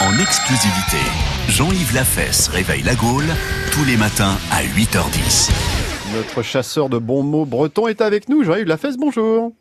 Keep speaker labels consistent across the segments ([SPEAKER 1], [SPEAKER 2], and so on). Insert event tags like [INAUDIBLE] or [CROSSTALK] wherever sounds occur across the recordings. [SPEAKER 1] en exclusivité. Jean-Yves Lafesse réveille la Gaule tous les matins à 8h10.
[SPEAKER 2] Notre chasseur de bons mots breton est avec nous. Jean-Yves Lafesse, bonjour.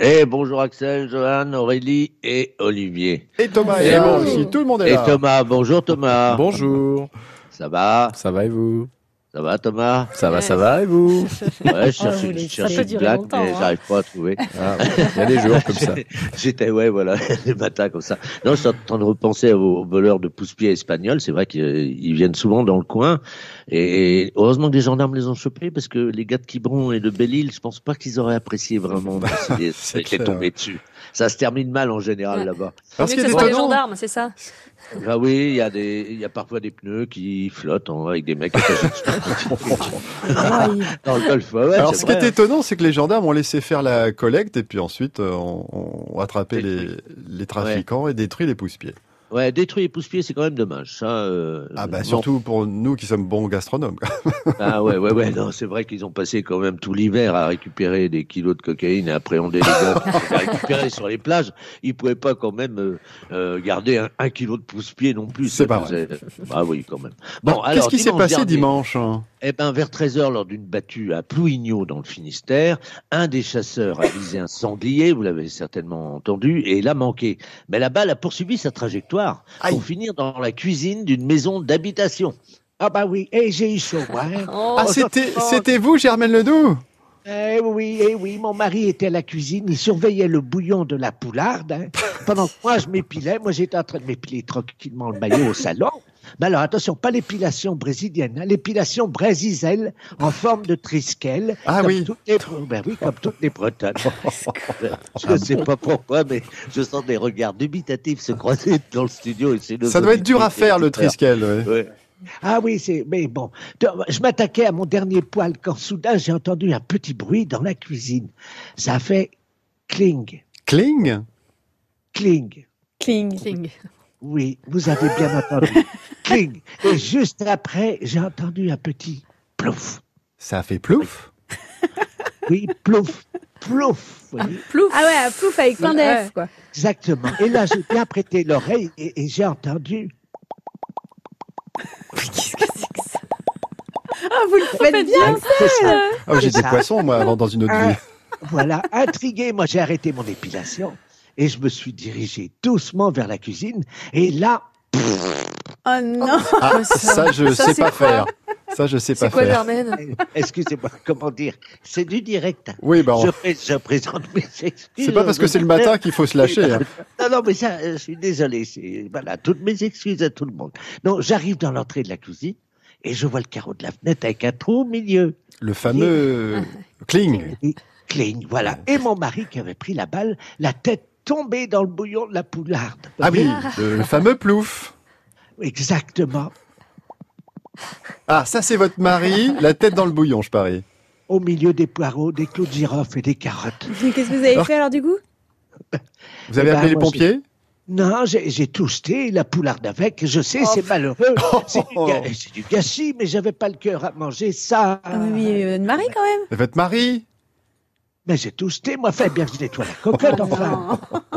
[SPEAKER 3] Eh, bonjour Axel, Johan, Aurélie et Olivier.
[SPEAKER 2] Et Thomas est
[SPEAKER 3] Et
[SPEAKER 2] là
[SPEAKER 3] bonjour.
[SPEAKER 2] aussi. Tout le monde est
[SPEAKER 3] Et
[SPEAKER 2] là.
[SPEAKER 3] Thomas, bonjour Thomas.
[SPEAKER 4] Bonjour,
[SPEAKER 3] Ça va
[SPEAKER 4] ça va et vous
[SPEAKER 3] Ça va
[SPEAKER 2] [LAUGHS]
[SPEAKER 3] Thomas
[SPEAKER 4] Ça va, ça va et vous
[SPEAKER 3] Ouais, je cherche,
[SPEAKER 5] Ah, vous voulez-
[SPEAKER 3] je cherche
[SPEAKER 5] ça peut
[SPEAKER 3] une
[SPEAKER 5] durer
[SPEAKER 3] blague,
[SPEAKER 5] longtemps,
[SPEAKER 3] mais
[SPEAKER 5] hein.
[SPEAKER 3] j'arrive pas à trouver.
[SPEAKER 4] Ah, Il y a des jours comme ça.
[SPEAKER 3] J'étais, ouais, voilà, [LAUGHS] des matins comme ça. Non, je suis en train de repenser aux aux voleurs de pousse-pieds espagnols. C'est vrai qu'ils viennent souvent dans le coin. Et heureusement que les gendarmes les ont chopés parce que les gars de Quiberon et de Belle-Île, je pense pas qu'ils auraient apprécié
[SPEAKER 2] [LAUGHS]
[SPEAKER 3] vraiment de s'y-
[SPEAKER 2] C'est
[SPEAKER 3] d'être
[SPEAKER 2] clair.
[SPEAKER 3] tombés dessus. Ça se termine mal en général
[SPEAKER 5] Ouais.
[SPEAKER 3] là-bas.
[SPEAKER 2] Alors, ce qui
[SPEAKER 5] Mieux que
[SPEAKER 2] est
[SPEAKER 5] ce soit les
[SPEAKER 2] étonnant,
[SPEAKER 5] gendarmes, c'est ça
[SPEAKER 3] Ah oui, il y a des, il y a parfois des pneus qui flottent en- avec des mecs. dans le golf. Ouais, ouais,
[SPEAKER 2] alors,
[SPEAKER 3] Ah, c'est
[SPEAKER 2] ce qui est
[SPEAKER 3] vrai.
[SPEAKER 2] étonnant, c'est que les gendarmes ont laissé faire la collecte et puis ensuite euh, ont, ont attrapé les,
[SPEAKER 3] Détruit.
[SPEAKER 2] les trafiquants et détruit les pousse-pieds.
[SPEAKER 3] hein. Ouais, détruire les pousse-pieds, c'est quand même dommage. Ça, euh,
[SPEAKER 2] Ah bah
[SPEAKER 3] bon.
[SPEAKER 2] surtout pour nous qui sommes bons gastronomes.
[SPEAKER 3] Ah ouais, ouais, ouais. Non, c'est vrai qu'ils ont passé quand même tout l'hiver à récupérer des kilos de cocaïne et à appréhender les gars qui les récupérer sur les plages. Ils pouvaient pas quand même euh, euh, garder un, un kilo de pousse-pied non plus.
[SPEAKER 2] C'est
[SPEAKER 3] Ça
[SPEAKER 2] pas
[SPEAKER 3] faisait- Ah oui, quand même.
[SPEAKER 2] [LAUGHS]
[SPEAKER 3] Bon,
[SPEAKER 2] Qu'est-ce
[SPEAKER 3] alors
[SPEAKER 2] qui s'est passé
[SPEAKER 3] dernier,
[SPEAKER 2] dimanche hein
[SPEAKER 3] Eh ben, vers 13h, lors d'une battue à Plouigneau, dans le Finistère, un des chasseurs a visé un sanglier, vous l'avez certainement entendu, et l'a manqué. Mais la balle a poursuivi sa trajectoire
[SPEAKER 2] Aïe.
[SPEAKER 3] pour finir dans la cuisine d'une maison d'habitation. Ah bah oui, et j'ai eu chaud, moi, hein.
[SPEAKER 5] Oh,
[SPEAKER 2] Ah, c'était, c'était vous, Germaine Ledoux
[SPEAKER 3] Eh oui, eh oui, mon mari était à la cuisine, il surveillait le bouillon de la poularde. hein. Pendant que moi, je m'épilais, moi j'étais en train de m'épiler tranquillement le maillot au salon. Mais alors attention, pas l'épilation brésilienne, hein, l'épilation brésiselle en forme de triskel.
[SPEAKER 2] Ah
[SPEAKER 3] comme
[SPEAKER 2] oui.
[SPEAKER 3] toutes les- ben oui, comme toutes les
[SPEAKER 2] [LAUGHS]
[SPEAKER 3] bretonnes. je ne sais pas pourquoi, mais je sens des regards dubitatifs se croiser dans le studio. Et chez nos
[SPEAKER 2] Ça doit être dur à
[SPEAKER 3] auditeurs.
[SPEAKER 2] faire, le triskel. ouais.
[SPEAKER 3] Ouais. Ah oui, c'est. Mais bon, je m'attaquais à mon dernier poil quand soudain j'ai entendu un petit bruit dans la cuisine. Ça a fait cling,
[SPEAKER 2] Cling
[SPEAKER 3] cling.
[SPEAKER 5] Cling.
[SPEAKER 3] Oui, vous avez
[SPEAKER 2] [LAUGHS]
[SPEAKER 3] bien entendu. cling. Et juste après, j'ai entendu un petit plouf.
[SPEAKER 2] Ça a fait plouf
[SPEAKER 3] Oui, plouf, plouf. vous voyez,
[SPEAKER 5] Plouf.
[SPEAKER 6] Ah ouais, un plouf avec plein
[SPEAKER 5] Ouais.
[SPEAKER 6] d'F, quoi.
[SPEAKER 3] exactement. Et là, j'ai bien prêté l'oreille et, et j'ai entendu.
[SPEAKER 5] Qu'est-ce que c'est que ça
[SPEAKER 6] Ah, vous le faites bien
[SPEAKER 2] Ah, J'ai
[SPEAKER 3] C'est
[SPEAKER 2] des
[SPEAKER 3] ça.
[SPEAKER 2] poissons, moi, avant, dans une autre
[SPEAKER 3] Ah.
[SPEAKER 2] vie.
[SPEAKER 3] Voilà, intrigué, moi j'ai arrêté mon épilation et je me suis dirigé doucement vers la cuisine. Et là,
[SPEAKER 6] Oh non
[SPEAKER 2] Ah,
[SPEAKER 5] quoi, ça
[SPEAKER 2] ça, je
[SPEAKER 5] Ça,
[SPEAKER 2] sais
[SPEAKER 5] c'est
[SPEAKER 2] pas
[SPEAKER 5] quoi
[SPEAKER 2] faire. Ça, je sais pas
[SPEAKER 5] C'est quoi,
[SPEAKER 2] faire.
[SPEAKER 5] Germaine
[SPEAKER 3] euh, excusez-moi, [LAUGHS] comment dire, c'est du direct.
[SPEAKER 2] Oui, bah, on-
[SPEAKER 3] Je, pré- je présente mes [LAUGHS] excuses.
[SPEAKER 2] c'est pas parce que c'est le
[SPEAKER 3] auditeurs.
[SPEAKER 2] matin qu'il faut
[SPEAKER 3] [LAUGHS]
[SPEAKER 2] se lâcher. hein.
[SPEAKER 3] Non, non, mais ça, euh, je suis désolé. c'est- Voilà, toutes mes excuses à tout le monde. Non, j'arrive dans l'entrée de la cuisine et je vois le carreau de la fenêtre avec un trou au milieu.
[SPEAKER 2] Le
[SPEAKER 3] [LAUGHS]
[SPEAKER 2] fameux cling.
[SPEAKER 3] Cling, voilà.
[SPEAKER 2] Ah.
[SPEAKER 3] Et mon mari qui avait pris la balle, la tête tombée dans le bouillon de la poularde.
[SPEAKER 2] Ah oui, le, le fameux plouf.
[SPEAKER 3] Exactement.
[SPEAKER 2] Ah, ça, c'est votre mari, la tête dans le bouillon, je parie.
[SPEAKER 3] Au milieu des poireaux, des clous de girofle et des carottes.
[SPEAKER 6] Qu'est-ce que vous avez
[SPEAKER 2] Alors-
[SPEAKER 6] fait alors du coup
[SPEAKER 2] Vous avez
[SPEAKER 3] Eh ben,
[SPEAKER 2] appelé les
[SPEAKER 3] moi,
[SPEAKER 2] pompiers
[SPEAKER 3] Non, j'ai j'ai tout jeté, la poularde avec, je sais, c'est [LAUGHS] malheureux, c'est du, ga- c'est du gâchis, mais j'avais pas le cœur à manger ça.
[SPEAKER 6] Ah oui, mais euh, de Marie quand même
[SPEAKER 2] Votre mari
[SPEAKER 3] Mais j'ai tout jeté, moi, fais bien que je nettoie la cocotte, enfin.
[SPEAKER 6] Non.
[SPEAKER 3] [LAUGHS]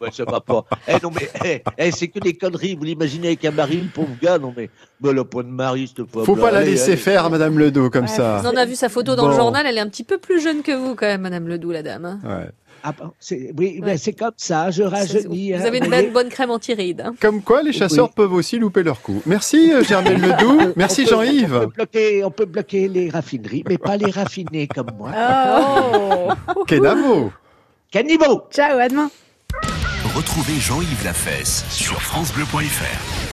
[SPEAKER 3] Ouais, ça va pas. Eh non, mais eh, eh, c'est que des conneries, vous l'imaginez avec un mari, le pauvre gars, non mais, mais le point de mari, cette fois.
[SPEAKER 2] Faut pas la
[SPEAKER 3] allez,
[SPEAKER 2] laisser
[SPEAKER 3] allez.
[SPEAKER 2] faire, Madame Ledoux, comme
[SPEAKER 6] Ouais,
[SPEAKER 2] ça.
[SPEAKER 5] On en a vu sa photo dans le
[SPEAKER 2] Bon.
[SPEAKER 5] journal, elle est un petit peu plus jeune que vous quand même, Madame Ledoux, la dame. hein.
[SPEAKER 2] Ouais.
[SPEAKER 3] Ah bon, c'est- oui, mais
[SPEAKER 5] Ouais.
[SPEAKER 3] c'est comme ça, je
[SPEAKER 5] C'est-
[SPEAKER 3] rajeunis.
[SPEAKER 5] Vous
[SPEAKER 3] hein,
[SPEAKER 5] avez une
[SPEAKER 3] voyez.
[SPEAKER 5] bonne, bonne crème anti-rides. hein.
[SPEAKER 2] Comme quoi, les chasseurs
[SPEAKER 3] Oui.
[SPEAKER 2] peuvent aussi louper leur coup. Merci euh, Germaine Ledoux, merci
[SPEAKER 3] [LAUGHS] On peut- On peut,
[SPEAKER 2] Jean-Yves.
[SPEAKER 3] bloquer, on peut bloquer les raffineries, mais pas les raffinés comme moi.
[SPEAKER 6] Oh
[SPEAKER 2] Kenavo.
[SPEAKER 3] Caniveau
[SPEAKER 6] Ciao, à demain
[SPEAKER 1] Retrouvez Jean-Yves Lafesse sur FranceBleu.fr.